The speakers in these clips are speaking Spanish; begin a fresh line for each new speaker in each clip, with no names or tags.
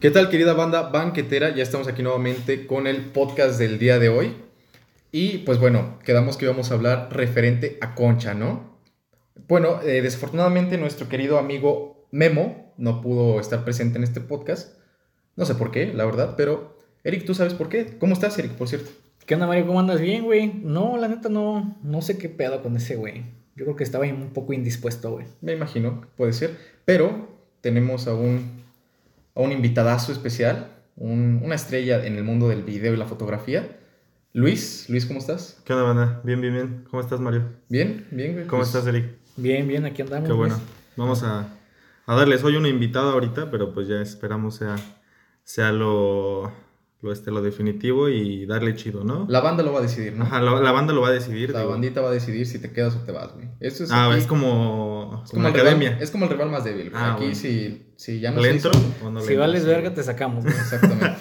¿Qué tal, querida banda banquetera? Ya estamos aquí nuevamente con el podcast del día de hoy. Y pues bueno, quedamos que íbamos a hablar referente a Concha, ¿no? Bueno, eh, desafortunadamente nuestro querido amigo Memo no pudo estar presente en este podcast. No sé por qué, la verdad, pero Eric, ¿tú sabes por qué? ¿Cómo estás, Eric, por cierto?
¿Qué onda, Mario? ¿Cómo andas? Bien, güey. No, la neta no, no sé qué pedo con ese güey. Yo creo que estaba un poco indispuesto, güey.
Me imagino, puede ser. Pero tenemos a un, a un invitadazo especial, un- una estrella en el mundo del video y la fotografía. Luis, Luis, ¿cómo estás?
¿Qué onda, banda? Bien, bien, bien. ¿Cómo estás, Mario?
Bien, bien, güey.
¿Cómo
Pues,
estás, Eric?
Bien, bien, aquí andamos.
Qué bueno.
pues.
Vamos a, a darles hoy un invitado ahorita, pero pues ya esperamos sea, sea lo, lo, este, lo definitivo y darle chido, ¿no?
La banda lo va a decidir, ¿no?
Ajá, la, la banda lo va a decidir.
La
digo.
bandita va a decidir si te quedas o te vas, güey. Esto es,
Ah,
aquí-
es como,
es
como la
el rival-
academia.
es como el rival más débil. güey.
Ah,
aquí
bueno.
si, si ya no
¿Le
se
entro
hizo-
o no le
Si
entro?
vales
Sí.
verga, te sacamos, güey.
Exactamente.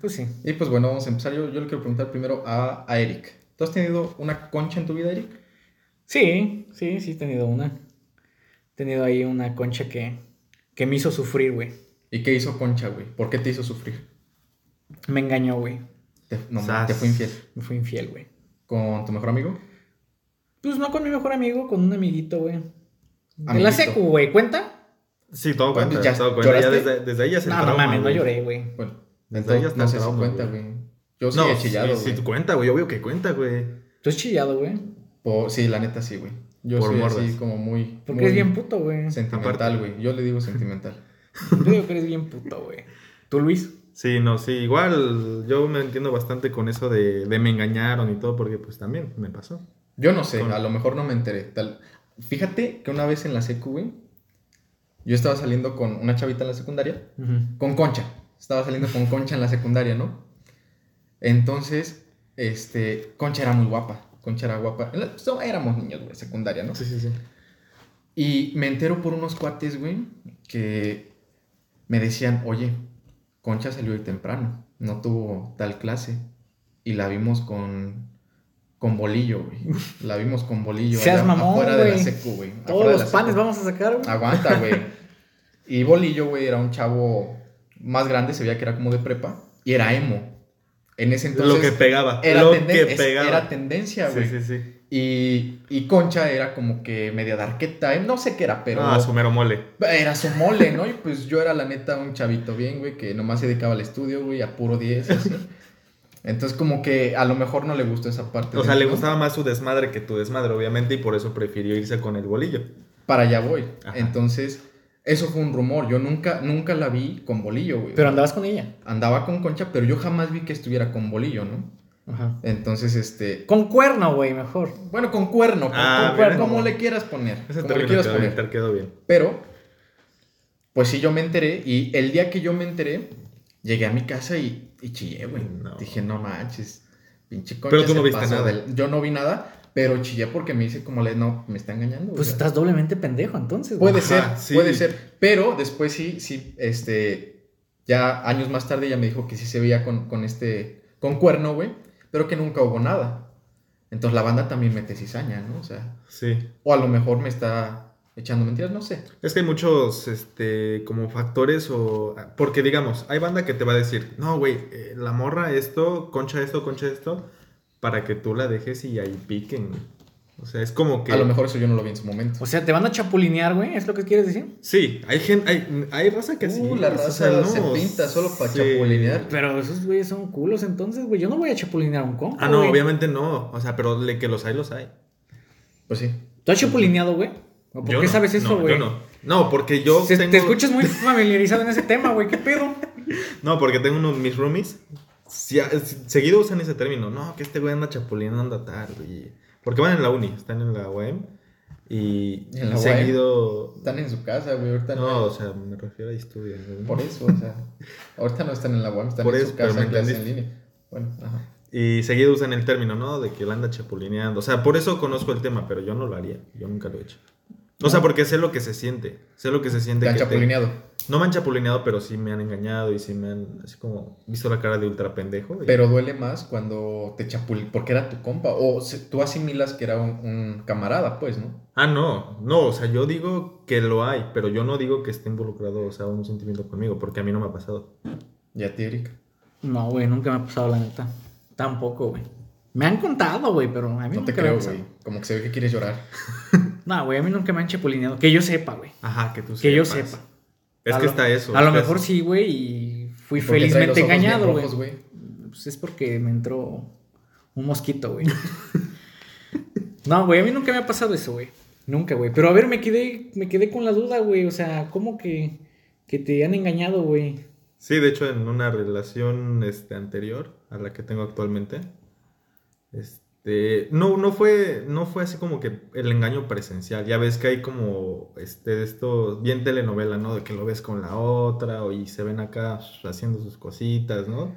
Pues sí.
y pues bueno, vamos a empezar. Yo, yo le quiero preguntar primero a, a Eric. ¿Tú has tenido una concha en tu vida, Eric?
Sí, sí, sí, he tenido una. He tenido ahí una concha que, que me hizo sufrir, güey.
¿Y qué hizo concha, güey? ¿Por qué te hizo sufrir?
Me engañó, güey.
Te, no,
Sas.
te fue infiel.
Me fue infiel, güey.
¿Con tu mejor amigo?
Pues no con mi mejor amigo, con un amiguito, güey. De
Amiguito.
la secu, güey. ¿Cuenta?
Sí, todo cuenta.
Bueno, ya-
todo cuenta. Ya
¿lloraste?
desde, desde ahí ya se
No, no
trauma,
mames, no
güey.
lloré, güey.
Bueno,
Desde ahí
entonces,
ya está
no sé si
trauma,
cuenta,
güey.
güey. Yo sí
No,
he chillado,
sí,
güey.
sí, cuenta, güey. Obvio que cuenta, güey.
Tú has chillado, güey.
Por- sí, la neta sí, güey. Yo
Por
soy así
morras.
como muy...
Porque
muy
eres bien puto, güey.
Sentimental, güey. Yo le digo sentimental.
Yo digo que eres bien puto, güey. ¿Tú, Luis?
Sí, no, sí, igual yo me entiendo bastante con eso de, de me engañaron y todo, porque pues también me pasó.
Yo no sé,
Con-
a lo mejor no me enteré. Tal... Fíjate que una vez en la secu, güey, yo estaba saliendo con una chavita en la secundaria, con Concha. Estaba saliendo con Concha en la secundaria, ¿no? Entonces, este, Concha era muy guapa. Concha era guapa. En la- so- éramos niños, güey, secundaria, ¿no?
sí, sí.
Y me entero por unos cuates, güey, que me decían, oye, Concha salió hoy temprano, no tuvo tal clase. Y la vimos con, con bolillo, güey. La vimos con bolillo.
Seas
allá
mamón,
afuera de la
güey.
secu, güey. afuera de
Todos los
la
panes
secu.
vamos a sacar,
Ah,
güey.
Aguanta, güey. Y bolillo, güey, era un chavo más grande, se veía que era como de prepa. Y era emo. En ese entonces...
lo que pegaba,
era,
lo
tenden-
que
es-
pegaba.
era tendencia, güey.
sí, sí, sí.
Y, y Concha era como que media darqueta, eh, no sé qué era, pero
Ah, su mero mole.
era su mole, ¿no? Y pues yo era la neta un chavito bien, güey, que nomás se dedicaba al estudio, güey, a puro 10, así. Entonces como que a lo mejor no le gustó esa parte.
O
de
sea,
mí,
le
¿no?
gustaba más su desmadre que tu desmadre, obviamente, y por eso prefirió irse con el bolillo.
Para allá voy.
Ajá.
Entonces, eso fue un rumor. Yo nunca, nunca la vi con bolillo, güey.
Pero andabas con ella.
Andaba con Concha, pero yo jamás vi que estuviera con bolillo, ¿no?
Ajá.
Entonces, este...
Con cuerno, güey, mejor.
Bueno, con cuerno, con,
Ah,
con cuerno,
mira.
como le quieras poner.
Ese
como le
término
quieras
quedó
poner.
bien, quedó bien.
Pero, pues sí, yo me enteré. Y el día que yo me enteré, llegué a mi casa y, y chillé, güey.
No.
Dije, no manches, pinche concha.
Pero tú
se
no viste
pasó
nada.
del- Yo no vi nada, pero chillé porque me dice, como le, no, me está engañando.
Pues
güey".
estás doblemente pendejo, entonces, güey.
Puede
Ajá,
ser,
sí.
puede ser. Pero después sí, sí, este. Ya años más tarde ya me dijo que sí se veía con, con este. Con cuerno, güey. Pero que nunca hubo nada. Entonces la banda también mete cizaña, ¿no? O sea.
Sí.
O a lo mejor me está echando mentiras, no sé.
Es que hay muchos, este, como factores o... Porque, digamos, hay banda que te va a decir, no, güey, eh, la morra esto, concha esto, concha esto, para que tú la dejes y ahí piquen. güey. O sea, es como que...
A lo mejor eso yo no lo vi en su momento.
O sea, te van a chapulinear, güey, ¿es lo que quieres decir?
Sí, hay gente, hay, hay raza que sí.
Uh, la
o
raza
sea, no,
se pinta solo para
sí.
chapulinear.
Pero esos güeyes son culos, entonces, güey. Yo no voy a chapulinear a un compa.
Ah, no,
güey.
obviamente no. O sea, pero de que los hay, los hay.
Pues sí.
¿Tú has chapulineado, güey? ¿O ¿Por
Yo
qué
no,
sabes
no,
eso,
yo
güey?
no. No, porque yo
Se-
tengo...
Te escuchas muy familiarizado en ese tema, güey. ¿Qué pedo?
No, porque tengo unos mis roomies. si- si- seguido usan ese término. No, que este güey anda chapulineando anda tal. y- Porque van en la uni, están en la UAM. Y
¿En la UAM?
seguido.
Están en su casa, güey. Ahorita no.
No, o sea, me refiero a estudios. güey.
Por eso, o sea. Ahorita no están en la UAM, están
Por
en
eso,
su
pero
casa
me
en clase en
entendiste.
línea. Bueno, ajá.
Y seguido usan el término, ¿no? De que él anda chapulineando. O sea, por eso conozco el tema, pero yo no lo haría. Yo nunca lo he hecho. O sea, porque sé lo que se siente. Sé lo que se siente.
Te han
que te-
chapulineado.
No me han chapulineado, pero sí me han engañado y sí me han así como visto la cara de ultra pendejo. y-
Pero duele más cuando te chapul... Porque era tu compa. O se- tú asimilas que era un, un camarada, pues, ¿no?
Ah, no, no, o sea, yo digo que lo hay, pero yo no digo que esté involucrado, o sea, un sentimiento conmigo, porque a mí no me ha pasado.
Y a ti, Erika.
No, güey, nunca me ha pasado la neta. Tampoco, güey. Me han contado, güey, pero a mí
No
nunca
te
me ha
creo,
pasado.
güey. Como que se ve que quieres llorar.
No, güey, a mí nunca me han chapulineado. Que yo sepa, güey.
Ajá, que tú
Que yo
sepas.
sepa.
Es
A
que
lo-
está eso.
A lo
está
mejor
eso.
sí, güey, y
¿Por
fui
qué trae los
felizmente
ojos bien
engañado, güey.
rojos, güey.
Pues es porque me entró un mosquito, güey. no, güey, a mí nunca me ha pasado eso, güey. Nunca, güey. Pero a ver, me quedé, me quedé con la duda, güey. O sea, ¿cómo que, que te han engañado, güey?
Sí, de hecho, en una relación este, anterior a la que tengo actualmente, este, no, no fue, no fue así como que el engaño presencial. Ya ves que hay como, este, esto, bien telenovela, ¿no? De que lo ves con la otra o, y se ven acá pues, haciendo sus cositas, ¿no?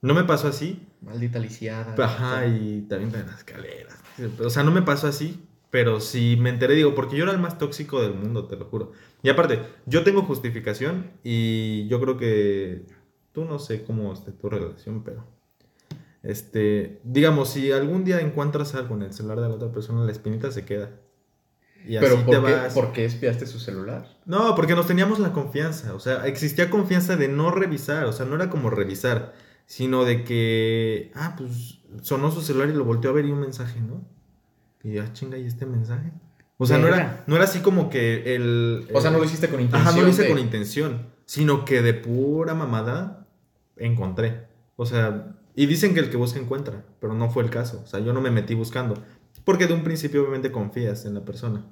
No me pasó así.
Maldita lisiada.
Ajá, y también en las escaleras. O sea, no me pasó así, pero sí me enteré, digo, porque yo era el más tóxico del mundo, te lo juro. Y aparte, yo tengo justificación y yo creo que tú no sé cómo esté tu relación, pero... Este, digamos, si algún día encuentras algo en el celular de la otra persona, la espinita se queda. Y así
Pero
te
¿por qué,
vas.
¿por qué espiaste su celular?
No, porque nos teníamos la confianza, o sea, existía confianza de no revisar, o sea, no era como revisar, sino de que, ah, pues sonó su celular y lo volteó a ver y un mensaje, ¿no? Y ah, chinga, ¿y este mensaje? O sea, no era,
Verga.
no era así como que el...
O sea, no lo
el-
hiciste con intención.
Eh, Ajá, no lo hice
de-
con intención, sino que de pura mamada encontré. O sea, y dicen que el que busca encuentra, pero no fue el caso. O sea, yo no me metí buscando, porque de un principio obviamente confías en la persona.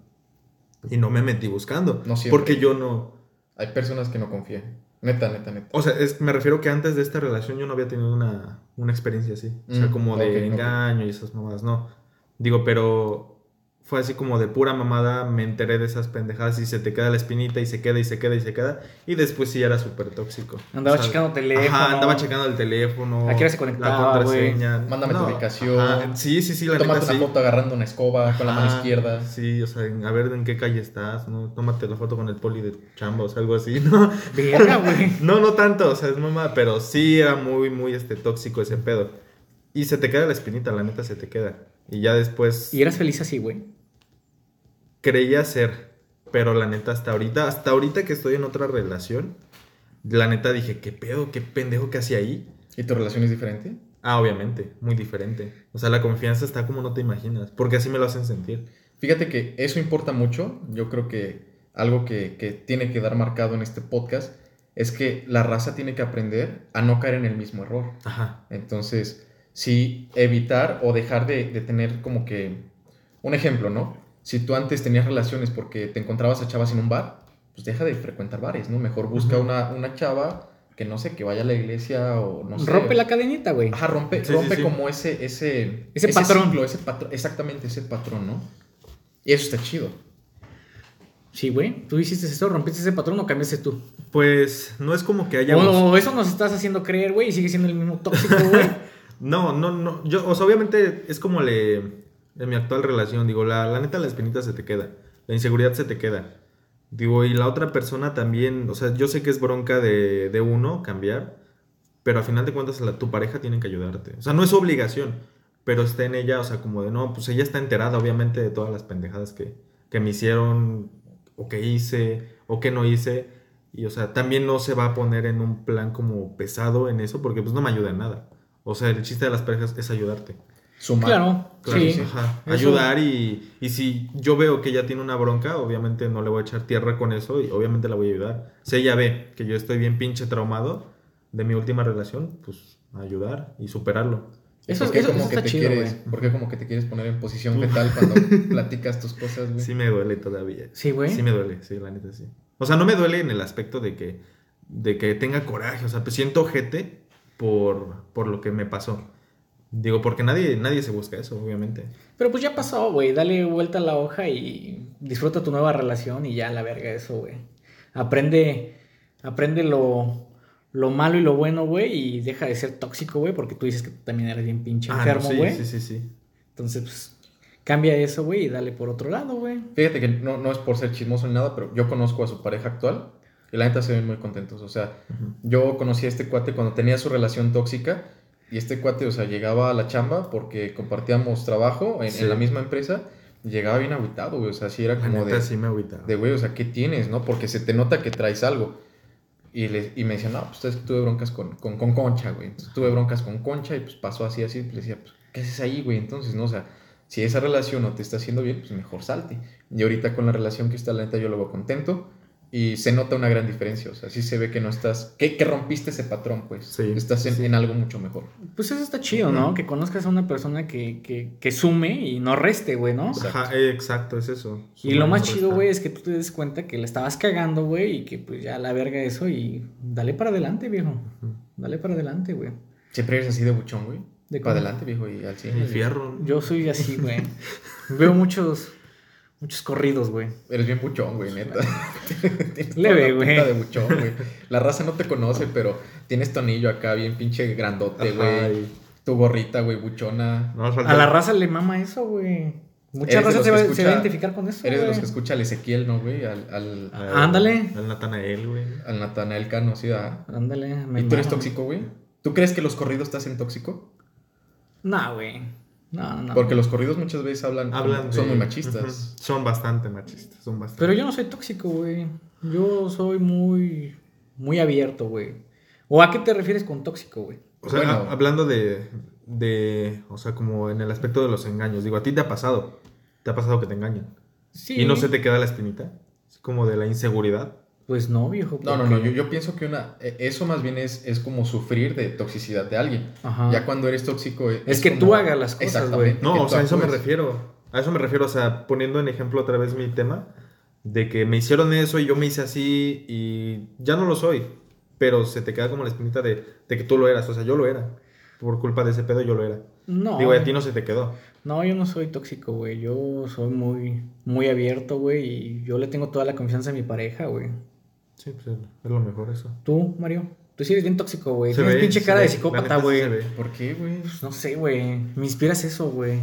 Y no me metí buscando,
No siempre.
porque yo no...
Hay personas que no confían. Neta, neta, neta.
O sea, es- me refiero que antes de esta relación yo no había tenido una, una experiencia así. O sea,
Mm,
como de
ok, ok.
engaño y esas mamadas, no. Digo, pero fue así como de pura mamada, me enteré de esas pendejadas y se te queda la espinita y se queda y se queda y se queda. Y después sí era súper tóxico.
Andaba
O sea,
checando teléfono.
Ajá, andaba checando el teléfono.
¿A qué hora se conectaba,
La contraseña.
Mándame tu ubicación.
ajá, Sí, sí, sí, la
Tómate
neta,
una
sí.
foto agarrando una escoba con la mano
Ajá,
izquierda.
Sí, o sea, a ver en qué calle estás, ¿no? Tómate la foto con el poli de chamba, o sea, algo así, ¿no?
Verga, güey.
No, no tanto, o sea, es mamá, pero sí era muy, muy este, tóxico ese pedo. Y se te queda la espinita, la neta se te queda. Y ya después
¿Y eras feliz así, güey?
creía ser, pero la neta hasta ahorita, hasta ahorita que estoy en otra relación, la neta dije, ¿qué pedo, qué pendejo que hacía ahí?
¿Y tu relación es diferente?
Ah, obviamente, muy diferente. O sea, la confianza está como no te imaginas, porque así me lo hacen sentir.
Fíjate que eso importa mucho. Yo creo que algo que, que tiene que dar marcado en este podcast es que la raza tiene que aprender a no caer en el mismo error.
Ajá.
Entonces, sí, evitar o dejar de, de tener como que... Un ejemplo, ¿no? Si tú antes tenías relaciones porque te encontrabas a chavas en un bar, pues deja de frecuentar bares, ¿no? Mejor busca
Ujú.
una, una chava que no sé, que vaya a la iglesia o no sé.
Rompe la cadenita, güey.
Ajá, rompe,
Sí, sí,
rompe
sí.
como ese, ese,
Ese patrón.
ciclo, ese patrón. Exactamente, ese patrón, ¿no? Y eso está chido.
Sí, güey. Tú hiciste eso, rompiste ese patrón o cambiaste tú.
Pues no es como que haya...
O eso nos estás haciendo creer, güey, y sigue siendo el mismo tóxico, güey.
No, no, no. Yo, o sea, obviamente es como le. En mi actual relación, digo, la, la neta, la espinita se te queda. La inseguridad se te queda. Digo, y la otra persona también. O sea, yo sé que es bronca de, de uno cambiar. Pero al final de cuentas, la- tu pareja tiene que ayudarte. O sea, no es obligación. Pero está en ella, o sea, como de no, pues ella está enterada, obviamente, de todas las pendejadas que, que me hicieron, o que hice, o que no hice. Y, o sea, también no se va a poner en un plan como pesado en eso, porque pues no me ayuda en nada. O sea, el chiste de las parejas es ayudarte.
Sumar.
Claro,
Claro,
sí.
sí, ajá.
Eso-
Ayudar y, y si yo veo que ella tiene una bronca, obviamente no le voy a echar tierra con eso y obviamente la voy a ayudar. Si ella ve que yo estoy bien pinche traumado de mi última relación, pues ayudar y superarlo.
Eso,
¿Por qué
eso-
como
eso
que
está
te
chido,
quieres,
güey.
¿Por qué como que te quieres poner en posición
Uf.
fetal cuando platicas tus cosas, güey?
Sí me duele todavía.
Sí, güey.
Sí me duele, sí, la neta sí. O sea, no me duele en el aspecto de que, de que tenga coraje, o sea, pues siento ojete por, por lo que me pasó. Digo, porque nadie, nadie se busca eso, obviamente.
Pero pues ya pasó, güey. Dale vuelta a la hoja y disfruta tu nueva relación y ya la verga eso, güey. Aprende, aprende lo, lo malo y lo bueno, güey, y deja de ser tóxico, güey, porque tú dices que tú también eres bien pinche
Ah, no,
enfermo,
sí,
güey.
sí, sí, sí.
Entonces, pues, cambia eso, güey, y dale por otro lado, güey.
Fíjate que no, no es por ser chismoso ni nada, pero yo conozco a su pareja actual Y la neta se ven muy contentos. O sea, yo conocí a este cuate cuando tenía su relación tóxica. Y este cuate, o sea, llegaba a la chamba porque compartíamos trabajo en,
Sí.
en la misma empresa. y Llegaba bien agüitado, güey. O sea, sí era
La
como
neta
de,
sí me agüitaba.
de, güey, o sea, ¿qué tienes, no? Porque se te nota que traes algo. Y, le, y me decían, no, pues es que tuve broncas con, con, con Concha, güey. Entonces, tuve broncas con Concha y pues pasó así, así. Le decía, pues, ¿qué haces ahí, güey? Entonces, no, o sea, si esa relación no te está haciendo bien, pues mejor salte. Y ahorita con la relación que está, la neta, yo lo veo contento. Y se nota una gran diferencia, o sea, sí se ve que no estás, que, que rompiste ese patrón, pues.
Sí,
estás en,
sí.
en algo mucho mejor.
Pues eso está chido, ¿no? Que conozcas a una persona que, que, que sume y no reste, güey, ¿no?
Ajá, eh, exacto, es eso.
Y lo más
Sumar,
chido,
restar.
güey, es que tú te des cuenta que la estabas cagando, güey, y que pues ya la verga eso y dale para adelante, viejo.
Ujú.
Dale para adelante, güey.
Siempre eres así de buchón, güey.
De
Para
cómo-
adelante, viejo, y al
El
cine.
fierro.
Yo soy así, güey. Veo muchos muchos corridos, güey.
Eres bien buchón, güey, neta. Tienes toda
Leve,
la
güey.
pinta de buchón, güey. La raza no te conoce, pero tienes tonillo acá, bien pinche grandote, güey.
Ay,
Tu gorrita, güey, buchona.
no nos falta-
A la raza le mama eso, güey. Mucha
Eres de
raza
los
se
que
va,
escucha-
se va a identificar con eso,
Eres de los
güey.
que escucha al Ezequiel, ¿no, güey? Al, al,
Ah. Ándale.
Al Natanael, güey.
al Natanael Cano, sí, ah.
Ándale, me
¿Y tú eres
mama.
tóxico, güey? ¿Tú crees que los corridos te hacen tóxico?
No, güey. No, no, no.
Porque los corridos muchas veces hablan,
Hablan
son
de-
muy machistas.
Ujú. Son bastante machistas, son bastante.
Pero yo no soy tóxico, güey. Yo soy muy muy abierto, güey. ¿O a qué te refieres con tóxico, güey?
O sea,
Bueno.
ha- hablando de, de, o sea, como en el aspecto de los engaños, digo, a ti te ha pasado, te ha pasado que te engañan.
Sí.
Y no se te queda la espinita, Es como de la inseguridad.
Pues no, viejo.
No, no,
porque-
no, yo, yo pienso que una eh, eso más bien es, es como sufrir de toxicidad de alguien.
Ajá.
Ya cuando eres tóxico e, es,
Ah. Es que tú hagas las cosas,
Exactamente, que
No, o
tú
sea, a eso me
actúes.
refiero. A eso me refiero, o sea, poniendo en ejemplo otra vez mi tema, de que me hicieron eso y yo me hice así y ya no lo soy, pero se te queda como la espinita de, de que tú lo eras, o sea, yo lo era. Por culpa de ese pedo yo lo era.
No,
Digo, y a ti no se te quedó.
no, yo no soy tóxico, güey. Yo soy muy, muy abierto, güey. Y yo le tengo toda la confianza a mi pareja, güey.
Sí, pues es es lo mejor eso.
Tú, Mario, tú sí eres bien tóxico, güey.
Se
Tienes
ve,
pinche
se
cara
ve,
de
la
psicópata,
neta sí
güey.
se ve.
¿Por qué, güey?
Pues no sé, güey. Me inspiras eso, güey.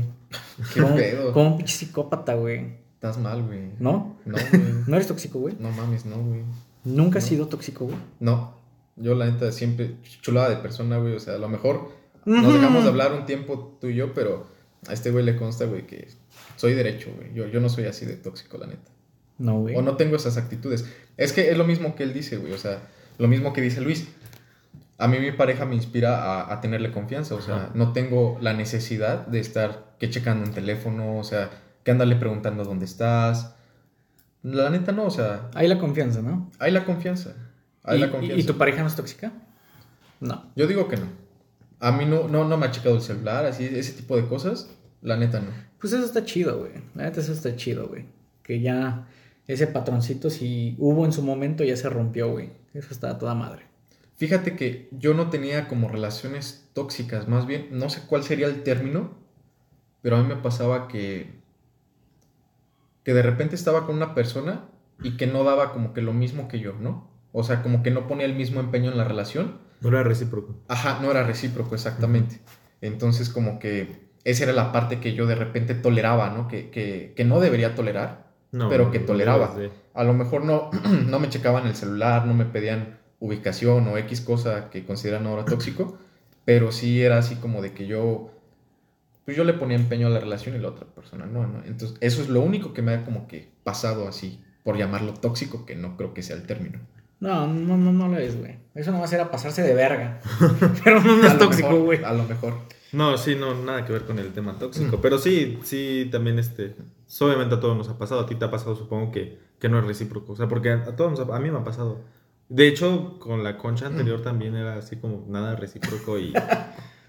¿Qué
Como-
pedo?
Como un pinche psicópata, güey.
Estás mal, güey.
¿No?
No, güey.
¿No eres tóxico, güey?
No mames, no, güey.
Nunca has sido tóxico, güey.
No. Yo, la neta, siempre chulada de persona, güey. O sea, a lo mejor nos dejamos de hablar un tiempo tú y yo, pero a este güey le consta, güey, que soy derecho, güey. Yo, yo no soy así de tóxico, la neta.
No, güey.
O no tengo esas actitudes. Es que es lo mismo que él dice, güey. O sea, lo mismo que dice Luis. A mí mi pareja me inspira a, a tenerle confianza. O sea,
Ajá.
no tengo la necesidad de estar que checando un teléfono. O sea, que andarle preguntando dónde estás. La neta no, o sea,
Hay la confianza, ¿no?
hay la confianza. Hay
¿Y,
la confianza.
y- y tu pareja no es tóxica? No.
Yo digo que no. A mí no, no, no me ha checado el celular, así, ese tipo de cosas. La neta no.
Pues eso está chido, güey. La neta, eso está chido, güey. Que ya ese patroncito, si hubo en su momento, ya se rompió, güey. Eso está a toda madre.
Fíjate que yo no tenía como relaciones tóxicas, más bien, no sé cuál sería el término, pero a mí me pasaba que, que de repente estaba con una persona y que no daba como que lo mismo que yo, ¿no? O sea, como que no ponía el mismo empeño en la relación.
No era recíproco.
Ajá, no era recíproco exactamente. Entonces como que esa era la parte que yo de repente toleraba, ¿no? Que, que, que no debería tolerar,
No,
Pero que
no,
toleraba.
desde-
a lo mejor no, no me checaban el celular, no me pedían ubicación o X cosa que consideran ahora tóxico, pero sí era así como de que yo, pues yo le ponía empeño a la relación y la otra persona no, ¿no? Entonces, eso es lo único que me ha como que pasado así, por llamarlo tóxico, que no creo que sea el término.
No, no, no, no lo es, güey. Eso nomás era pasarse de verga. Pero no, no
A
es
lo
tóxico,
mejor,
güey.
A lo mejor.
No, sí, no, nada que ver con el tema tóxico. Pero sí, sí, también este. Obviamente a todos nos ha pasado. A ti te ha pasado, supongo que, que no es recíproco. O sea, porque a, a todos nos ha- a mí me ha pasado. De hecho, con la concha anterior también era así como nada recíproco y.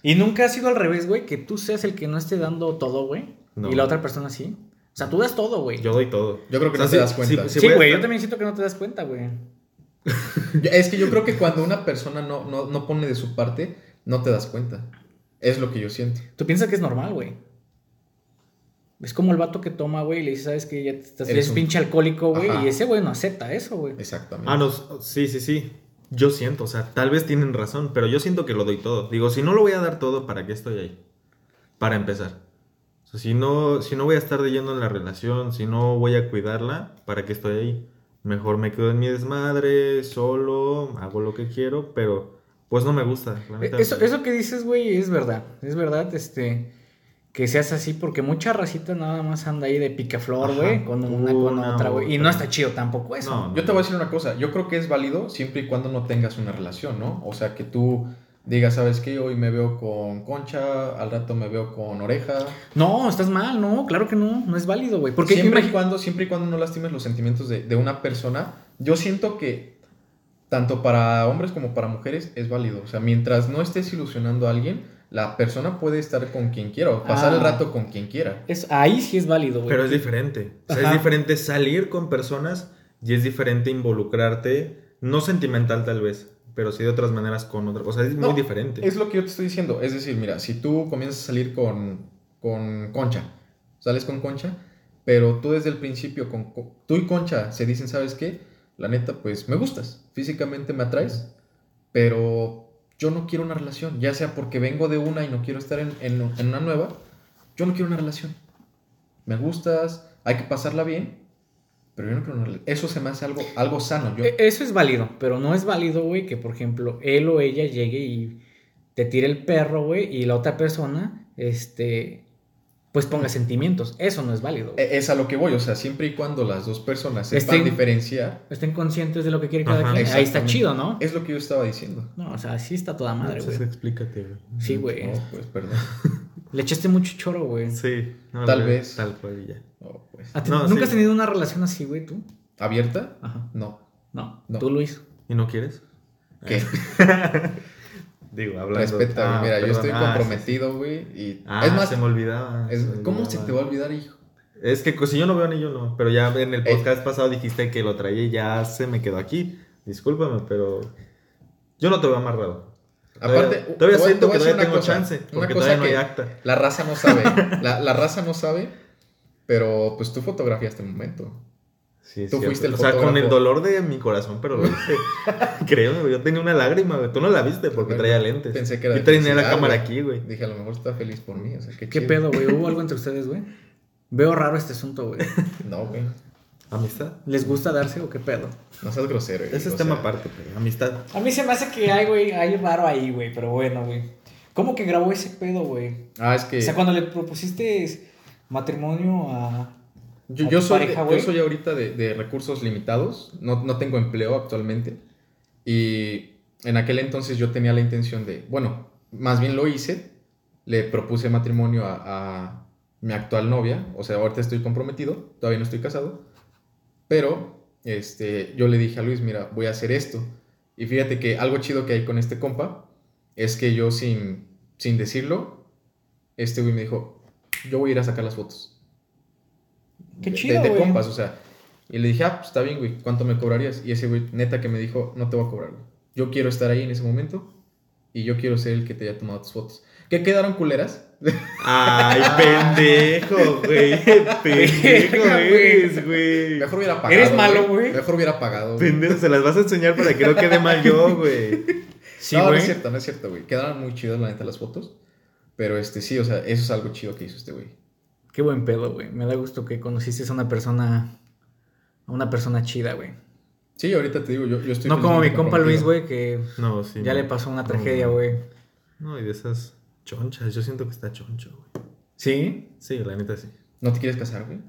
Y nunca ha sido al revés, güey, que tú seas el que no esté dando todo, güey.
No.
Y la otra persona sí. O sea, tú das todo, güey.
Yo doy todo.
Yo creo que
O sea,
no te
sí-
das cuenta.
sí- sí
Sí,
voy a
güey, yo
estar-
también siento que no te das cuenta, güey.
Yo- Es que yo creo que cuando una persona no, no, no pone de su parte, no te das cuenta. Es lo que yo siento.
Tú piensas que es normal, güey. Es como el vato que toma, güey, y le dices, ¿sabes qué? Ya te estás
Eres
eres
un-
pinche alcohólico, güey.
Ajá.
Y ese güey no acepta eso, güey.
Exactamente.
Ah, no, sí, sí, sí. Yo siento, o sea, tal vez tienen razón, pero yo siento que lo doy todo. Digo, si no lo voy a dar todo, ¿para qué estoy ahí? Para empezar. O sea, si no, si no voy a estar leyendo en la relación, si no voy a cuidarla, ¿para qué estoy ahí? Mejor me quedo en mi desmadre, solo, hago lo que quiero, pero pues no me gusta. la neta.
Eh, Eso, eso que dices, güey, es verdad. Es verdad, este. Que seas así, porque mucha racita nada más anda ahí de picaflor,
Ajá,
güey, con una, con
una,
otra, güey. Y no
otra.
está chido tampoco eso.
No, no,
Yo te voy a decir una cosa, yo creo que es válido siempre y cuando no tengas una relación, ¿no? O sea, que tú digas, ¿sabes qué? Hoy me veo con Concha, al rato me veo con Oreja.
No, estás mal, no, claro que no, no es válido, güey. Porque
Porque siempre y
imagi-
cuando, siempre y cuando no lastimes los sentimientos de, de una persona, yo siento que tanto para hombres como para mujeres es válido. O sea, mientras no estés ilusionando a alguien, la persona puede estar con quien quiera, o pasar
Ah.
el rato con quien quiera.
es, ahí sí es válido, güey.
Pero es diferente. O sea, es
Ajá.
diferente salir con personas y es diferente involucrarte, no sentimental tal vez, pero sí de otras maneras con otras. O sea, es
No,
muy diferente.
Es lo que yo te estoy diciendo. Es decir, mira, si tú comienzas a salir con, con Concha, sales con Concha, pero tú desde el principio, con, con- tú y Concha se dicen, ¿sabes qué? La neta, pues me gustas, físicamente me atraes, pero yo no quiero una relación, ya sea porque vengo de una y no quiero estar en, en- en una nueva, yo no quiero una relación. Me gustas, hay que pasarla bien, pero yo no quiero una relación. Eso se me hace algo, algo sano. Yo,
E- Eso es válido, pero no es válido, güey, que por ejemplo él o ella llegue y te tire el perro, güey, y la otra persona, este, pues ponga sentimientos. Eso no es válido.
Eh,
güey.
E- Es a lo que voy, o sea, siempre y cuando las dos personas sepan
Estén-
diferenciar,
Estén conscientes de lo que quiere cada
Ajá,
quien. Ahí está
exactamente.
chido, ¿no?
es lo que yo estaba diciendo.
No, o sea, sí está toda madre,
Entonces,
güey.
explícate, güey.
Sí, güey.
No, pues, perdón.
Le echaste mucho choro, güey.
Sí, no,
Tal
la-
vez.
Tal cual y ya.
No, pues.
¿A ti-
No,
¿Nunca
sí.
has tenido una relación así, güey, tú?
¿Abierta?
Ajá.
No.
No.
No.
Tú, Luis.
¿Y no quieres?
¿Qué?
Digo, hablando.
Respeta, güey.
Eh, Ah,
Mira, yo
perdón.
estoy
Ah, sí, sí.
comprometido, güey. Y
Ah,
es más,
se me olvidaba.
es-
se me
¿cómo se te va a
olvidaba.
olvidar, hijo?
Es que pues, si yo no veo ni yo no. Pero ya en el
Ey.
podcast pasado dijiste que lo traía y ya se me quedó aquí. Discúlpame, pero yo no te veo amarrado. Todavía-
Aparte,
todavía,
te voy- te
siento
voy a
que
decir
todavía
una
tengo
cosa,
chance.
una
Porque
cosa
todavía no hay
que-
acta.
La raza no sabe. la, la raza no sabe, pero pues tú fotografiaste el momento.
Sí, es
Tú fuiste el
O sea, con el
fotógrafo.
dolor de mi corazón, pero lo hice. Créeme, güey, yo tenía una lágrima, güey. Tú no la viste porque
Bueno,
traía lentes.
pensé que era de
Yo tenía la
felicidad,
cámara
güey.
aquí, güey.
Dije, a lo mejor está feliz por mí. O sea, qué,
¿Qué
chido.
pedo, güey? ¿Hubo algo entre ustedes, güey? Veo raro este asunto, güey.
No, güey.
Amistad.
¿Les gusta darse o qué pedo?
No seas grosero. güey,
Ese
o
es tema
sea,
aparte, pero amistad.
A mí se me hace que hay, güey, hay raro ahí, güey, pero bueno, güey. ¿Cómo que grabó ese pedo, güey?
Ah, es que.
O sea, cuando le propusiste matrimonio a...
Yo,
a
yo
tu
soy,
pareja,
yo
güey.
soy ahorita de, de recursos limitados, no, no tengo empleo actualmente. Y en aquel entonces yo tenía la intención de, bueno, más bien lo hice, le propuse matrimonio a, a mi actual novia, o sea, ahorita estoy comprometido, todavía no estoy casado, pero este, yo le dije a Luis, mira, voy a hacer esto. Y fíjate que algo chido que hay con este compa es que yo sin, sin decirlo, este güey me dijo, yo voy a ir a sacar las fotos
Qué
de-
chido,
de, de
güey.
compas, o sea. Y le dije, ah, pues está bien, güey, ¿cuánto me cobrarías? Y ese güey, neta, que me dijo, no te voy a cobrar, güey. Yo quiero estar ahí en ese momento y yo quiero ser el que te haya tomado tus fotos. ¿Qué quedaron culeras?
Ay, pendejo, güey. Pendejo
Verga, güey.
eres, güey.
Mejor hubiera pagado.
Eres malo, güey.
Mejor hubiera pagado. güey.
Pendejo, se las vas a enseñar para que no quede mal yo, güey. Sí,
no, no
güey.
es cierto, no es cierto, güey. Quedaron muy chidas, la neta, las fotos. Pero este sí, o sea, eso es algo chido que hizo este güey.
Qué buen pedo, güey. Me da gusto que conociste a una persona... A una persona chida, güey.
Sí, ahorita te digo, yo, yo estoy.
No como mi
felizmente
compa Luis,
comprometido.
güey, que
no, sí.
ya
no.
le pasó una
No,
tragedia,
no.
güey.
No, y de esas chonchas. Yo siento que está choncho, güey.
¿Sí?
Sí, la neta sí.
¿No te quieres casar, güey?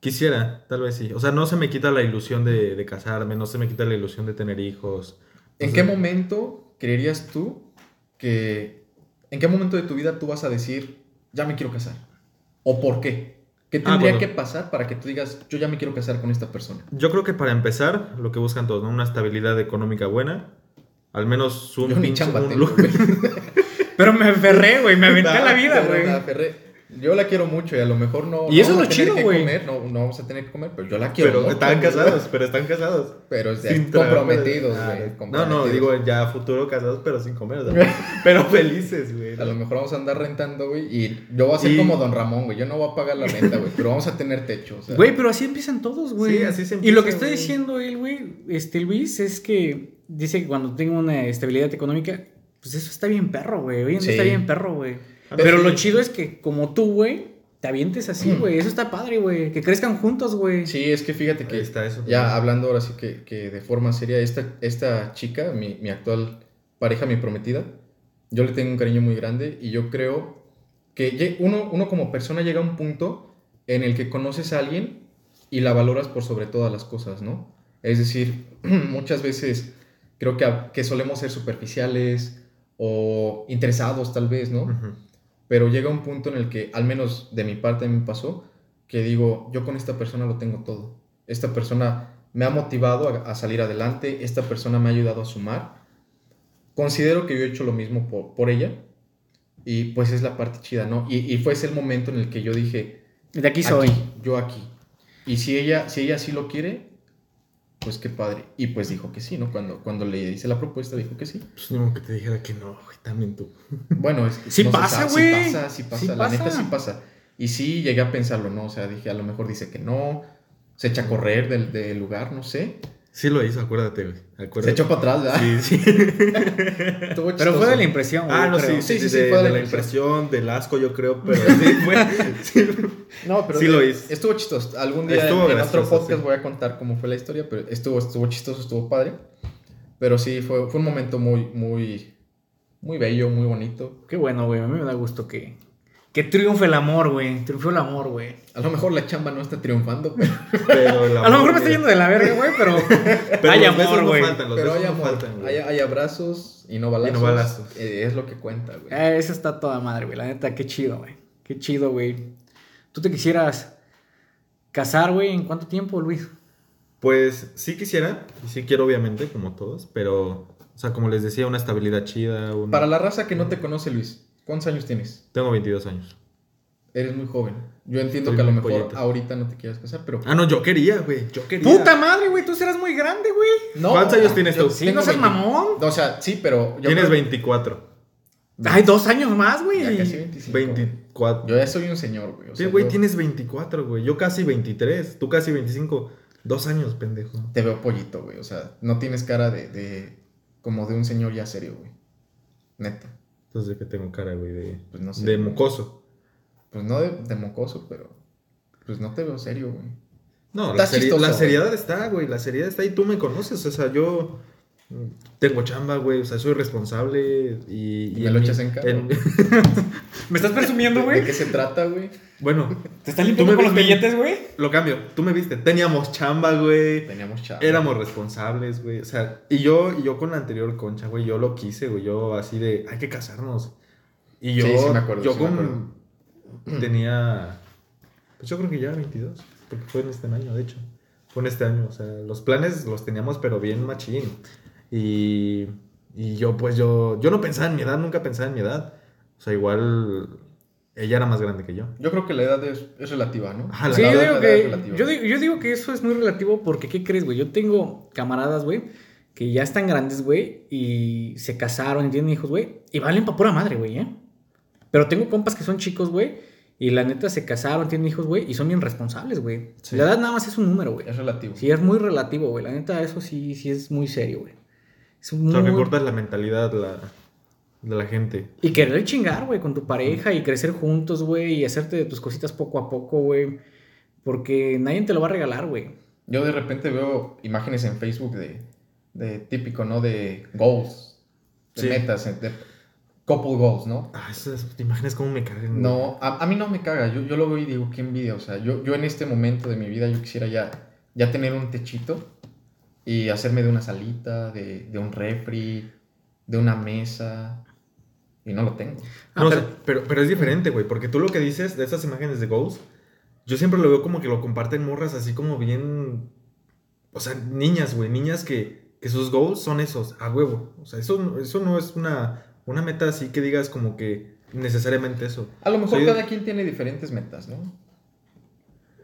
Quisiera, tal vez sí. O sea, no se me quita la ilusión de, de casarme, no se me quita la ilusión de tener hijos.
¿En
O
qué
sea,
momento creerías tú que... ¿En qué momento de tu vida tú vas a decir, ya me quiero casar? ¿O por qué? ¿Qué
Ah,
tendría
bueno.
que pasar para que tú digas, yo ya me quiero casar con esta persona?
Yo creo que para empezar, lo que buscan todos, ¿no? Una estabilidad económica buena. Al menos un
Yo ni
pinche-
chamba
un
tengo,
lujo.
güey.
Pero me aferré, güey. Me aventé a la vida,
Pero me
güey.
aferré. Yo la quiero mucho y a lo mejor no... no
Y eso es
vamos
lo
a tener
chido,
que
güey.
comer, No, no vamos a tener que comer, pero yo la quiero.
Pero
mucho,
están
güey.
casados, pero están casados.
Pero o sea,
Sin trabajo,
comprometidos,
ah,
güey.
No, no,
comprometidos.
digo eh, ya a futuro casados, pero sin comer. o sea, pero felices, güey.
A lo mejor vamos a andar rentando, güey, y yo voy a ser
Y-
como Don Ramón, güey. Yo no voy a pagar la renta, güey, pero vamos a tener techo, o sea.
Güey, pero así empiezan todos, güey.
Sí, así se
Y lo que
empieza,
está
güey.
diciendo él, güey, este Luis, es que dice que cuando tengo una estabilidad económica, pues eso está bien perro, güey. Hoy en día
Sí.
está bien perro, güey.
Ah,
Pero
sí.
lo chido es que, como tú, güey, te avientes así, güey. Eso está padre, güey. Que crezcan juntos, güey.
Sí, es que fíjate que
Ahí está eso.
ya hablando ahora sí que, que de forma seria, esta, esta chica, mi, mi actual pareja, mi prometida, yo le tengo un cariño muy grande y yo creo que lle- uno, uno como persona llega a un punto en el que conoces a alguien y la valoras por sobre todas las cosas, ¿no? Es decir, muchas veces creo que, a- que solemos ser superficiales o interesados tal vez, ¿no?
Ujú.
Pero llega un punto en el que, al menos de mi parte, me pasó que digo, yo con esta persona lo tengo todo. Esta persona me ha motivado a, a salir adelante, esta persona me ha ayudado a sumar. Considero que yo he hecho lo mismo por, por ella y pues es la parte chida, ¿no? Y, y fue ese el momento en el que yo dije,
De aquí soy.
aquí, yo aquí. Y si ella, si ella sí lo quiere, pues qué padre. Y pues dijo que sí, ¿no? Cuando, cuando le hice la propuesta, dijo que sí.
Pues ni modo que te dijera que no, güey, también tú.
Bueno, es que
Sí
no se
pasa,
sabe,
güey.
Sí pasa, sí pasa,
Sí
la
pasa.
neta sí pasa. Y sí llegué a pensarlo, ¿no? O sea, dije, a lo mejor dice que no, se echa a correr del, del lugar, no sé.
Sí lo hizo, acuérdate, güey. Acuérdate.
Se echó para atrás, ¿verdad?
Sí, sí.
Estuvo
Pero
chistoso.
fue de la impresión, güey.
Ah, no,
yo creo.
sí, sí,
Sí,
sí,
sí,
de,
fue
de la impresión, del asco, yo creo, pero sí, güey. Sí.
No, pero
Sí lo hizo.
estuvo chistoso. Algún día
Estuvo
en- en,
gracioso,
otro podcast
sí.
voy a contar cómo fue la historia, pero estuvo, estuvo chistoso, estuvo padre. Pero sí, fue, fue un momento muy, muy, muy bello, muy bonito.
Qué bueno, güey. A mí me da gusto que, que triunfe el amor, güey. Triunfó el amor, güey.
A lo mejor la chamba no está triunfando, pero,
Pero el
A lo mejor me
amor,
está yendo de la verga, güey, pero.
Pero
hay
los besos
amor,
no
güey.
faltan, los
pero
besos
hay
no
amor,
faltan, güey.
hay, hay abrazos y no balazos.
balazos.
Eh, es lo que cuenta, güey.
Eh, Esa está toda madre, güey. La neta, qué chido, güey. Qué chido, güey. ¿Tú te quisieras casar, güey? ¿En cuánto tiempo, Luis?
Pues sí quisiera, y sí quiero obviamente, como todos, pero, o sea, como les decía, una estabilidad chida. un-
Para la raza que no te conoce, Luis, ¿cuántos años tienes?
Tengo 22 años.
Eres muy joven. Yo entiendo
Estoy
que a lo
muy
mejor
pollito.
ahorita no te quieras casar, pero.
Ah, no, yo quería, güey, yo quería.
¡Puta madre, güey! Tú serás muy grande, güey.
No,
¿Cuántos años tienes tú?
Sí, no
20.
seas mamón.
O sea, sí, pero. yo
Tienes
creo-
24.
Hay dos años más, güey.
Ya casi 25.
24.
Yo ya soy un señor, güey. o
Sí,
sea,
güey,
yo
tienes 24, güey. Yo casi 23, tú casi 25. Dos años, pendejo.
Te veo pollito, güey. O sea, no tienes cara de. de- como de un señor ya serio, güey. Neta.
Entonces, ¿de ¿qué tengo cara, güey? De,
Pues no sé.
de
güey.
mocoso.
Pues no de, de mocoso, pero. Pues no te veo serio, güey.
No, la,
Estás
seri-
chistoso,
la
güey.
seriedad está, güey. La seriedad está y tú me conoces. O sea, yo mm, tengo chamba, güey. O sea, soy responsable y.
¿Y
y
me lo
mi-
echas en cara?
¿Me estás presumiendo,
¿De
güey?
qué se trata, güey?
bueno,
¿Te estás
Tú me
limpiando con los
viste-
billetes, güey?
lo cambio. Tú me viste. Teníamos chamba, güey.
Teníamos chavo.
Éramos responsables, güey. O sea, y yo, y yo con la anterior concha, güey, yo lo quise, güey. Yo así de, hay que casarnos. Y yo,
Sí, sí me acuerdo,
yo
sí me
con-
acuerdo.
tenía, pues yo creo que ya 22, porque fue en este año, de hecho. Fue en este año, o sea, los planes los teníamos, pero bien machín. Y, y yo, pues yo, yo no pensaba en mi edad, nunca pensaba en mi edad. O sea, igual, ella era más grande que yo.
Yo creo que la edad es, es relativa, ¿no?
Ajá, la
Sí,
edad-
yo
la
digo,
edad es
que,
relativa.
yo, digo, yo digo que eso es muy relativo porque, ¿qué crees, güey? Yo tengo camaradas, güey, que ya están grandes, güey, y se casaron y tienen hijos, güey, y valen pa' pura madre, güey, ¿eh? Pero tengo compas que son chicos, güey, y la neta se casaron, tienen hijos, güey, y son bien responsables, güey.
Sí.
La edad nada más es un número, güey.
Es relativo.
Sí, es muy relativo, güey. La neta, eso sí, sí es muy serio, güey. Es
O
muy...
sea, recortas la mentalidad la, de la gente.
Y querer chingar, güey, con tu pareja y crecer juntos, güey, y hacerte de tus cositas poco a poco, güey. Porque nadie te lo va a regalar, güey.
Yo de repente veo imágenes en Facebook de, de típico, ¿no? De goals, de
Sí.
metas, de couple goals, ¿no?
Ah, esas imágenes como me caen.
No, a, a mí no me caga, yo, yo lo veo y digo, qué envidia, o sea, yo, yo en este momento de mi vida yo quisiera ya, ya tener un techito y hacerme de una salita, de, de un refri, de una mesa, y no lo tengo.
Ah,
No, o
pero-
sea, pero, pero es diferente, güey, porque tú lo que dices de esas imágenes de Ghost, yo siempre lo veo como que lo comparten morras así como bien. O sea, niñas, güey, niñas que, que sus goals son esos, a huevo. O sea, eso, no- eso no es una, una meta así que digas como que necesariamente eso.
A lo mejor
Soy-
cada quien tiene diferentes metas, ¿no?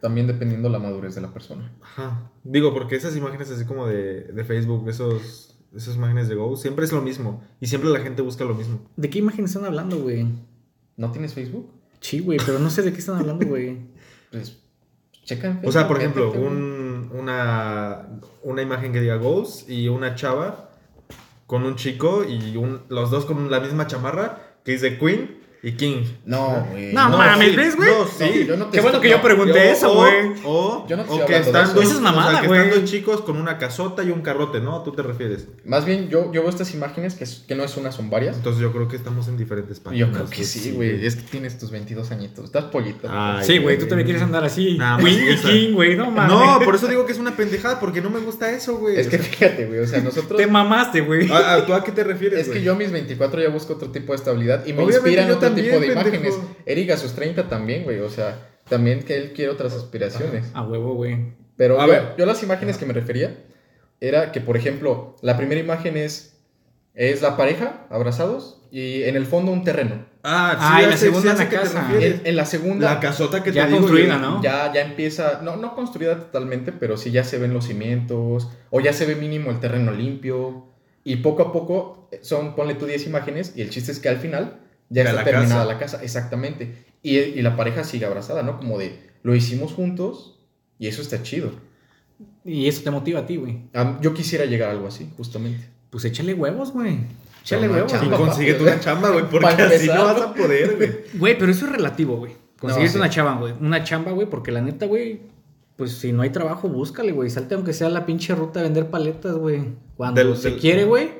También dependiendo la madurez de la persona.
Ajá. Digo, porque esas imágenes así como de, de Facebook, esos, esas imágenes de Ghost, siempre es lo mismo. Y siempre la gente busca lo mismo.
¿De qué imagen están hablando, güey?
¿No tienes Facebook?
Sí, güey, pero no sé de qué están hablando, güey.
Pues checa en
O sea,
Facebook,
por ejemplo,
métete, güey.
un- una, una imagen que diga goals y una chava con un chico y un- los dos con la misma chamarra que dice Queen y King.
No, güey.
No, mames,
sí,
¿ves, güey?
No, sí.
No, yo no te
Qué bueno
estoy-
que yo
no,
pregunté
Yo-
eso,
o-
güey.
O,
Yo no estoy
o
hablando
que
de
están
eso.
dos,
Esa es
o sea,
mamada,
que
güey.
están dos chicos con una casota y un carrote, ¿no? ¿Tú te refieres?
Más bien, yo, yo veo estas imágenes que, es- que no es una, son varias.
Entonces yo creo que estamos en diferentes páginas.
Yo creo que sí, güey. Es que tienes tus 22 añitos. Estás pollito.
Ay,
Sí, güey, tú también quieres andar así.
Nah,
Queen y
pues, esa.
King, güey, no mames.
No, por eso digo que es una pendejada, porque no me gusta eso, güey.
es que
O sea,
fíjate, güey. O sea, nosotros.
Te mamaste, güey.
¿a- a- ¿Tú a qué te refieres,
Es que
güey?
yo a mis 24 ya busco otro tipo de estabilidad y me
Obviamente
inspiran
yo
otro
también,
tipo de
pendejo.
imágenes. Eric a sus 30 también, güey. O sea, también que él quiere otras aspiraciones.
A huevo, güey.
Pero
A
yo,
ver.
yo las imágenes que me refería era que, por ejemplo, la primera imagen es, es la pareja abrazados y en el fondo un terreno.
Ah, sí,
Ah, y
ya
la
sé-
segunda
sí, ya
en
sé
la
qué te
casa.
refieres.
En, en la segunda
La casota que
Ya
te digo,
construida,
yo-
¿no?
ya, ya empieza, no, no construida totalmente, pero sí ya se ven los cimientos o ya se ve mínimo el terreno limpio y poco a poco eh, son, ponle tú 10 imágenes y el chiste es que al final ya
Ya
está
la
terminada
casa.
la casa, exactamente. Y, y la pareja sigue abrazada, ¿no? Como de, lo hicimos juntos y eso está chido.
Y eso te motiva a ti, güey.
Am- Yo quisiera llegar a algo así, justamente.
Pues échale huevos, güey. Échale
No,
huevos.
chavo.
Y
güey.
consigue tú una chamba, güey, porque
Para
así no
empezar.
vas a poder, güey.
Güey, pero eso es relativo, güey. Conseguirte
sí.
una chamba, güey. Una chamba, güey, porque la neta, güey. Pues si no hay trabajo, búscale, güey. Salte aunque sea a la pinche ruta a vender paletas, güey. Cuando
Del-
se
del-
quiere, güey.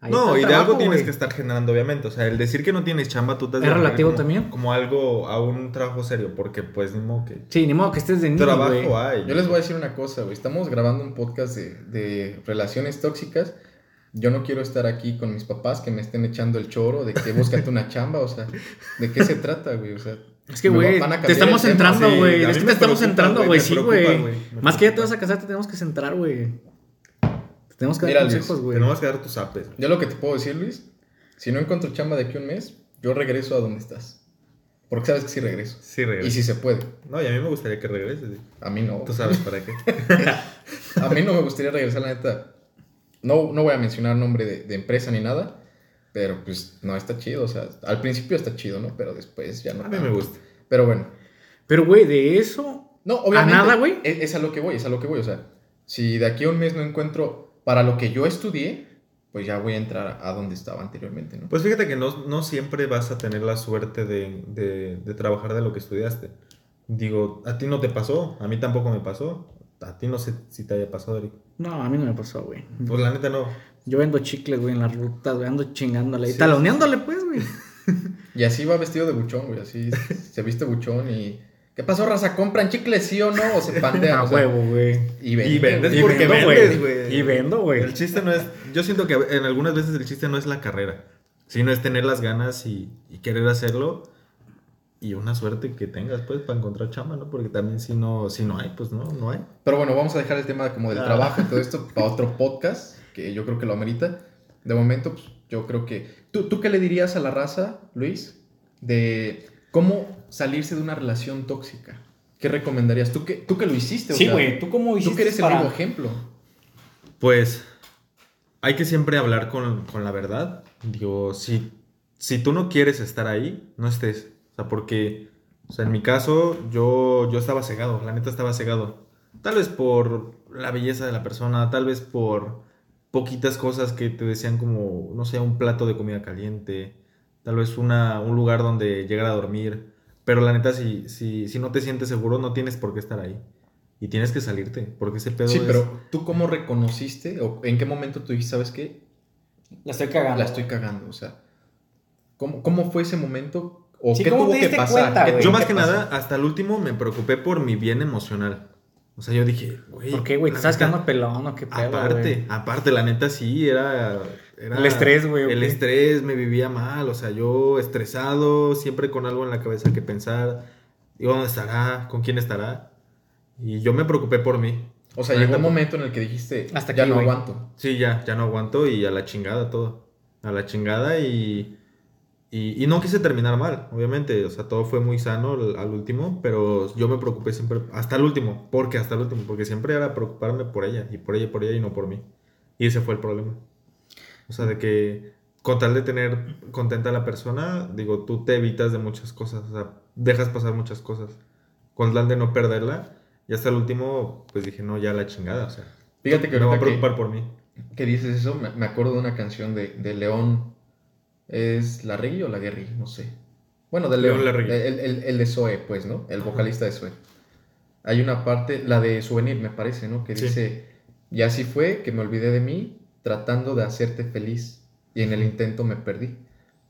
ahí
No,
está el
y de
trabajo,
algo tienes
güey.
que estar generando, obviamente. O sea, el decir que no tienes chamba, tú te has de
Es
poner
relativo
como-
también.
Como algo a un trabajo serio, porque pues ni modo que.
Sí, ni modo que estés de niño,
Trabajo
güey.
hay.
Yo les voy a decir una cosa, güey. Estamos grabando un podcast de, de relaciones tóxicas. Yo no quiero estar aquí con mis papás que me estén echando el choro de que búscate una chamba, o sea, ¿de qué se trata, güey? O sea,
Es que,
Me
güey,
van a cambiar
te estamos
el tema,
entrando,
sí.
güey.
A mí
es que te
me
estamos
preocupa,
entrando,
güey,
güey.
me
Sí,
preocupa,
güey.
güey, me
Más que ya te
preocupa.
vas a casar, te tenemos que centrar, güey. Te tenemos que dar
Mira, Luis,
consejos, güey.
Te no vas a quedar tus apes.
yo lo que te puedo decir, Luis, si no encuentro chamba de aquí a un mes, yo regreso a donde estás. Porque sabes que sí regreso.
Sí, regresa.
Y si se puede.
No, y a mí me gustaría que regreses. güey.
A mí no.
Tú sabes para qué.
A mí no me gustaría regresar, la neta. No, no voy a mencionar nombre de, de empresa ni nada, pero pues no está chido. O sea, al principio está chido, ¿no? Pero después ya no.
A mí
tanto.
me gusta.
Pero bueno.
Pero, güey, de eso.
No, obviamente.
nada, güey?
Es, es a lo que voy, es a lo que voy. O sea, si de aquí a un mes no encuentro para lo que yo estudié, pues ya voy a entrar a donde estaba anteriormente, ¿no?
Pues fíjate que no, no siempre vas a tener la suerte de, de- de trabajar de lo que estudiaste. Digo, a ti no te pasó, a mí tampoco me pasó. A ti no sé si te haya pasado, Eric.
No, a mí no me pasó, güey.
Pues la neta no.
Yo vendo chicles, güey, en las rutas, güey. Ando chingándole y
Sí,
taloneándole, pues, güey.
Y así va vestido de buchón, güey. Así se viste buchón y. ¿Qué pasó, raza? ¿Compran chicles sí o no? O se pandean.
A
o sea,
huevo, güey.
Y
Y vendes
güey.
Y
porque
vendo,
vendes,
güey.
güey.
Y vendo, güey.
El chiste no es. Yo siento que en algunas veces el chiste no es la carrera, sino es tener las ganas y, y querer hacerlo. Y una suerte que tengas, pues, para encontrar chamba, ¿no? Porque también si no, si no hay, pues no, no hay.
Pero bueno, vamos a dejar el tema como del
Ah.
trabajo y todo esto para otro podcast, que yo creo que lo amerita. De momento, pues, yo creo que... ¿Tú, ¿Tú qué le dirías a la raza, Luis, de cómo salirse de una relación tóxica? ¿Qué recomendarías? ¿Tú que, tú que lo hiciste? o
Sí,
sea,
güey. ¿Tú cómo hiciste
Tú que eres el
para-
vivo ejemplo.
Pues hay que siempre hablar con, con la verdad. Digo, si, si tú no quieres estar ahí, no estés. O sea, porque, o sea, en mi caso, yo, yo estaba cegado, la neta estaba cegado. Tal vez por la belleza de la persona, tal vez por poquitas cosas que te decían como, no sé, un plato de comida caliente, tal vez una, un lugar donde llegar a dormir. Pero la neta, si, si, si no te sientes seguro, no tienes por qué estar ahí. Y tienes que salirte, porque ese pedo
Sí,
es-
pero ¿tú cómo reconociste o en qué momento tú dijiste, sabes qué?
La estoy cagando.
La estoy cagando, o sea... ¿Cómo, cómo fue ese momento? ¿O
Sí,
qué
¿cómo
tuvo
te
que
diste
pasar?
cuenta,
¿Qué
güey?
Yo
tuvo
más que
pasar?
nada, hasta el último me preocupé por mi bien emocional. O sea, yo dije, güey.
¿Por qué, güey? ¿Te
la
estás
neta,
quedando pelón o qué pedo,
Aparte,
güey?
aparte, la neta sí, era. era-
El estrés, güey, ¿o
El
qué?
estrés me vivía mal, o sea, yo estresado, siempre con algo en la cabeza que pensar. Digo, ¿dónde estará? ¿Con quién estará? Y yo me preocupé por mí.
O sea,
La
llegó
neta,
un momento en el que dijiste,
Hasta
ya
aquí,
no
güey".
aguanto.
Sí, ya, ya no aguanto y a la chingada todo. A la chingada y, y, y no quise terminar mal, obviamente. O sea, todo fue muy sano al, al último, pero yo me preocupé siempre, hasta el último. porque Hasta el último, porque siempre era preocuparme por ella, y por ella, y por ella, y no por mí. Y ese fue el problema. O sea, de que con tal de tener contenta a la persona, digo, tú te evitas de muchas cosas, o sea, dejas pasar muchas cosas. Con tal de no perderla, y hasta el último, pues dije, no, ya la chingada, o sea.
Fíjate que
no va a
ahorita
preocupar
que,
por mí.
que dices eso, me, me acuerdo de una canción de, de León. ¿Es La Reggae o La Guerri? No sé. Bueno, de León,
León Larregui.
el, el- el de Zoe, pues, ¿no? El
Ajá.
vocalista de Zoe. Hay una parte, la de Souvenir, me parece, ¿no? Que
Sí.
dice, y así fue que me olvidé de mí tratando de hacerte feliz y en el intento me perdí.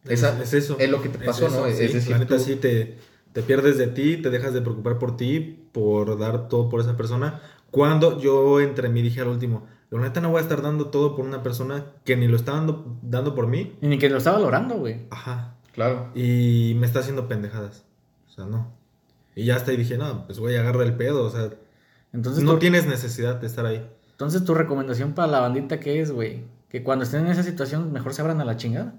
Esa-
es, eso.
es lo que te pasó, ¿no? Es
sí,
decir,
la neta
tú-
sí te, te pierdes de ti, te dejas de preocupar por ti, por dar todo por esa persona. Cuando yo entre mí dije al último, la neta no voy a estar dando todo por una persona que ni lo está dando, dando por mí.
Y ni que lo está valorando, güey.
Ajá.
Claro.
Y me está haciendo pendejadas. O sea, no. Y ya hasta ahí dije, no, pues voy a agarrar el pedo. O sea,
Entonces,
no
tu,
tienes necesidad de estar ahí.
entonces tu recomendación para la bandita que es, güey, que cuando estén en esa situación mejor se abran a la chingada.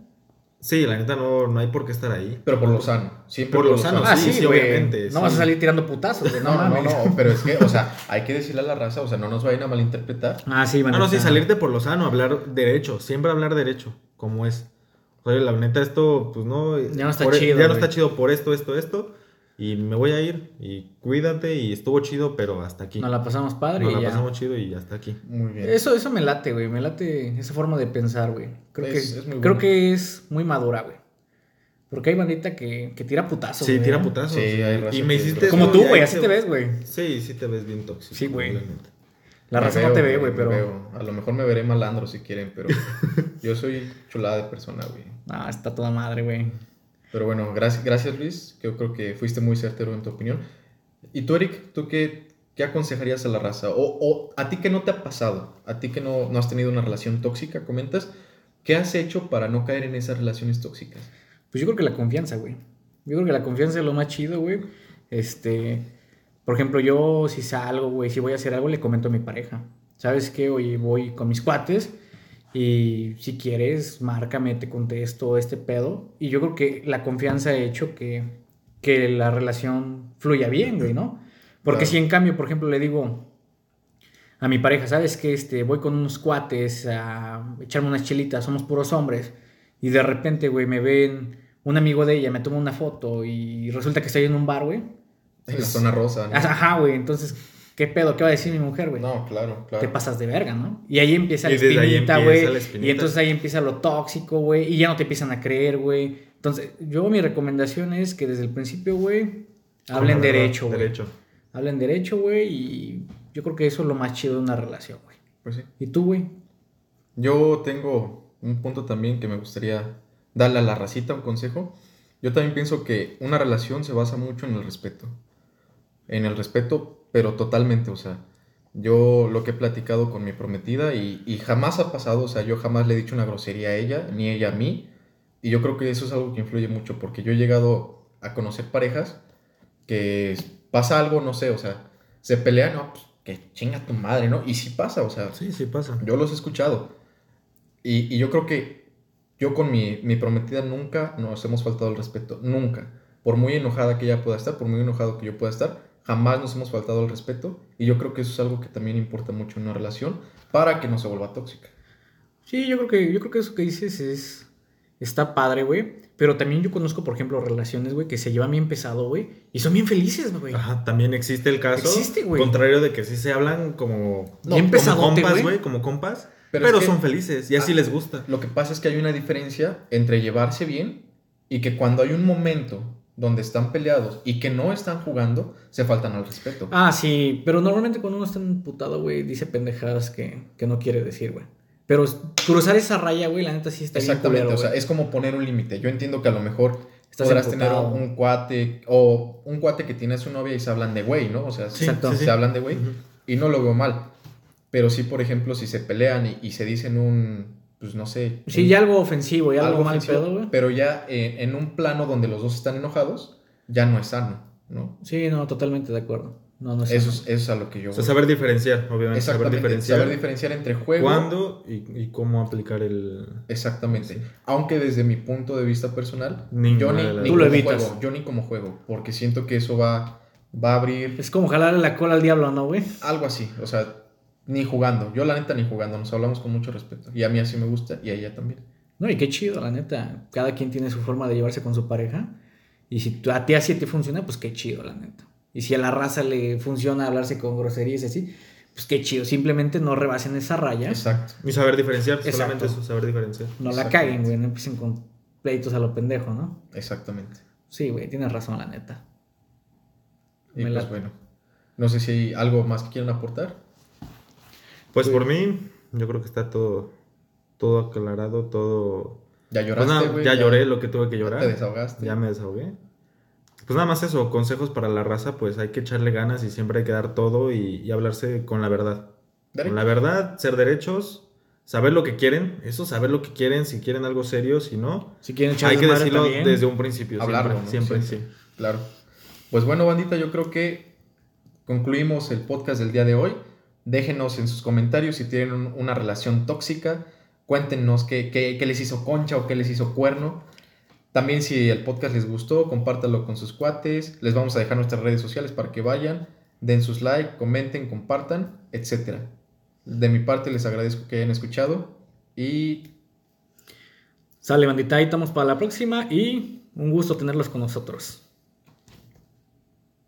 Sí, la neta no, no hay por qué estar ahí.
Pero por lo sano. Siempre
Por lo sano,
Ah,
sí,
sí,
sí,
güey.
obviamente,
No
sí.
vas a salir tirando putazos, güey. No,
No, no,
mames.
no, pero es que, o sea, hay que decirle a la raza, o sea, no nos vayan a malinterpretar.
Ah, sí,
Ah, no, sí,
bandita.
salirte por lo sano, hablar derecho, siempre hablar derecho, como es. Oye, la neta, esto, pues no.
Ya no está
por-
chido,
Ya no
güey.
está chido por esto, esto, esto. Y me voy a ir. Y cuídate, y estuvo chido, pero hasta aquí.
Nos la pasamos padre
Nos
y
la
ya.
pasamos chido y hasta aquí.
Muy bien.
Eso, eso me late, güey. Me late esa forma de pensar, güey. Creo,
Es-
que,
es muy
creo
buena.
que es muy madura, güey. Porque hay bandita que, que tira putazos.
Sí,
güey.
tira putazos.
Sí, hay raza
y me
que-
hiciste.
Como
esto,
tú,
y
güey.
ahí
Así
se-
te ves, güey.
Sí, sí te ves bien tóxico.
Sí, güey.
la neta.
La
Me
raza
veo,
no te ve,
güey,
güey,
me
pero.
veo. A lo mejor me veré malandro si quieren, pero yo soy chulada de persona, güey.
Ah, está toda madre, güey.
Pero bueno, gracias, gracias Luis, que yo creo que fuiste muy certero en tu opinión. Y tú, Eric, ¿tú qué, qué aconsejarías a la raza? O, o a ti que no te ha pasado, a ti que no, no has tenido una relación tóxica, comentas, ¿qué has hecho para no caer en esas relaciones tóxicas?
Pues yo creo que la confianza, güey. Yo creo que la confianza es lo más chido, güey. Este, por ejemplo, yo si salgo, güey, si voy a hacer algo, le comento a mi pareja. ¿Sabes qué? Oye, voy con mis cuates y si quieres, márcame, te contesto este pedo. Y yo creo que la confianza ha hecho que, que la relación fluya bien, güey, ¿no? Porque
Claro.
si en cambio, por ejemplo, le digo a mi pareja, ¿sabes qué? Este, voy con unos cuates a echarme unas chelitas, somos puros hombres. Y de repente, güey, me ven un amigo de ella, me toma una foto y resulta que estoy en un bar, güey.
En la zona rosa, ¿no?
Pues, Ajá, güey, entonces, ¿qué pedo? ¿Qué va a decir mi mujer, güey?
No, claro, claro.
Te pasas de verga, ¿no? Y ahí empieza la
Y desde ahí
espinita,
empieza
güey.
la espinita.
Y entonces ahí empieza lo tóxico, güey. Y ya no te empiezan a creer, güey. Entonces, yo mi recomendación es que desde el principio, güey, hablen
Con la verdad,
derecho, güey.
Derecho.
Hablen derecho, güey. Y yo creo que eso es lo más chido de una relación, güey.
Pues sí.
¿Y tú, güey?
Yo tengo un punto también que me gustaría darle a la racita un consejo. Yo también pienso que una relación se basa mucho en el respeto. En el respeto, pero totalmente, o sea, yo lo que he platicado con mi prometida y, y jamás ha pasado, o sea, yo jamás le he dicho una grosería a ella, ni ella a mí. Y yo creo que eso es algo que influye mucho, porque yo he llegado a conocer parejas que pasa algo, no sé, o sea, se pelean, no, pues, que chinga tu madre, ¿no? Y sí pasa, o sea,
Sí, sí pasa.
yo los he escuchado. Y, y yo creo que yo con mi, mi prometida nunca nos hemos faltado el respeto. Nunca. Por muy enojada que ella pueda estar, por muy enojado que yo pueda estar, jamás nos hemos faltado el respeto. Y yo creo que eso es algo que también importa mucho en una relación para que no se vuelva tóxica.
Sí, yo creo que, yo creo que eso que dices es. Está padre, güey. Pero también yo conozco, por ejemplo, relaciones, güey, que se llevan bien pesado, güey. Y son bien felices, güey.
Ajá, también existe el caso.
Existe, güey.
Contrario de que sí se hablan como.
No, Bien pesadote,
como compas,
güey.
güey. Como compas.
Pero
Pero,
es que-
son felices y así
Ah.
les gusta.
Lo que pasa es que hay una diferencia entre llevarse bien y que cuando hay un momento donde están peleados y que no están jugando, se faltan al respeto.
Ah, sí, pero normalmente cuando uno está emputado, güey, dice pendejadas que, que no quiere decir, güey. Pero s- cruzar esa raya, güey, la neta sí está
Exactamente,
bien culero,
o sea,
güey.
es como poner un límite. Yo entiendo que a lo mejor
Estás
podrás
emputado.
tener un, un cuate o un cuate que tiene a su novia y se hablan de güey, ¿no? O sea,
Sí,
se-
sí,
se
sí.
hablan de güey
Ujú.
y no lo veo mal. Pero sí, por ejemplo, si se pelean y, y se dicen un, pues no sé.
Sí,
un-
ya algo ofensivo, ya algo, mal
ofensivo,
pedo, güey.
Pero ya eh, en un plano donde los dos están enojados, ya no es sano, ¿no?
Sí, no, totalmente de acuerdo. No, no es
Eso,
sano.
es, eso es a lo que yo.
O sea,
voy.
saber diferenciar, obviamente. Saber
Exactamente,
diferenciar.
saber diferenciar entre juego.
¿Cuándo y, y cómo aplicar el.
Exactamente. Aunque desde mi punto de vista personal,
Ninguna
yo ni,
de
ni
las dos. Tú
lo
como
evitas.
juego, yo ni como juego, porque siento que eso va, va a abrir
Es como jalarle la cola al diablo, ¿no, güey?
algo así, o sea, ni jugando, yo la neta ni jugando, nos hablamos con mucho respeto, y a mí así me gusta, y a ella también.
No, y qué chido, la neta. Cada quien tiene su forma de llevarse con su pareja. Y si tú- a ti así te funciona, pues qué chido, la neta. Y si a la raza le funciona hablarse con groserías y así, pues qué chido. Simplemente no rebasen esa raya.
Exacto.
Y saber diferenciar,
Exacto.
solamente eso, saber diferenciar.
No la
Exactamente.
caguen, güey. No empiecen con pleitos a lo pendejo, ¿no?
Exactamente.
Sí, güey, tienes razón, la neta.
Y
Me
pues
late.
bueno. No sé si hay algo más que quieran aportar.
Pues por mí, yo creo que está todo, todo aclarado, todo...
Ya
Pues
lloraste,
nada,
güey,
ya lloré lo que tuve
Te
que llorar.
desahogaste.
Ya me desahogué. Pues nada más eso, consejos para la raza, pues hay que echarle ganas y siempre hay que dar todo y, y hablarse con la verdad.
Dale.
Con la verdad, ser derechos, saber lo que quieren, eso, saber lo que quieren, si quieren algo serio, si no,
Si quieren echar
hay que
desmadre
decirlo
también,
desde un principio.
Hablarlo, ¿no?
siempre, siempre,
Siempre.
sí.
Claro. Pues bueno, bandita, yo creo que concluimos el podcast del día de hoy. Déjenos en sus comentarios si tienen un- una relación tóxica. Cuéntenos qué, qué- qué les hizo concha o qué les hizo cuerno. También si el podcast les gustó, compártanlo con sus cuates. Les vamos a dejar nuestras redes sociales para que vayan, den sus likes, comenten, compartan, etc. De mi parte les agradezco que hayan escuchado y
Sale, bandita, ahí estamos para la próxima y un gusto tenerlos con nosotros.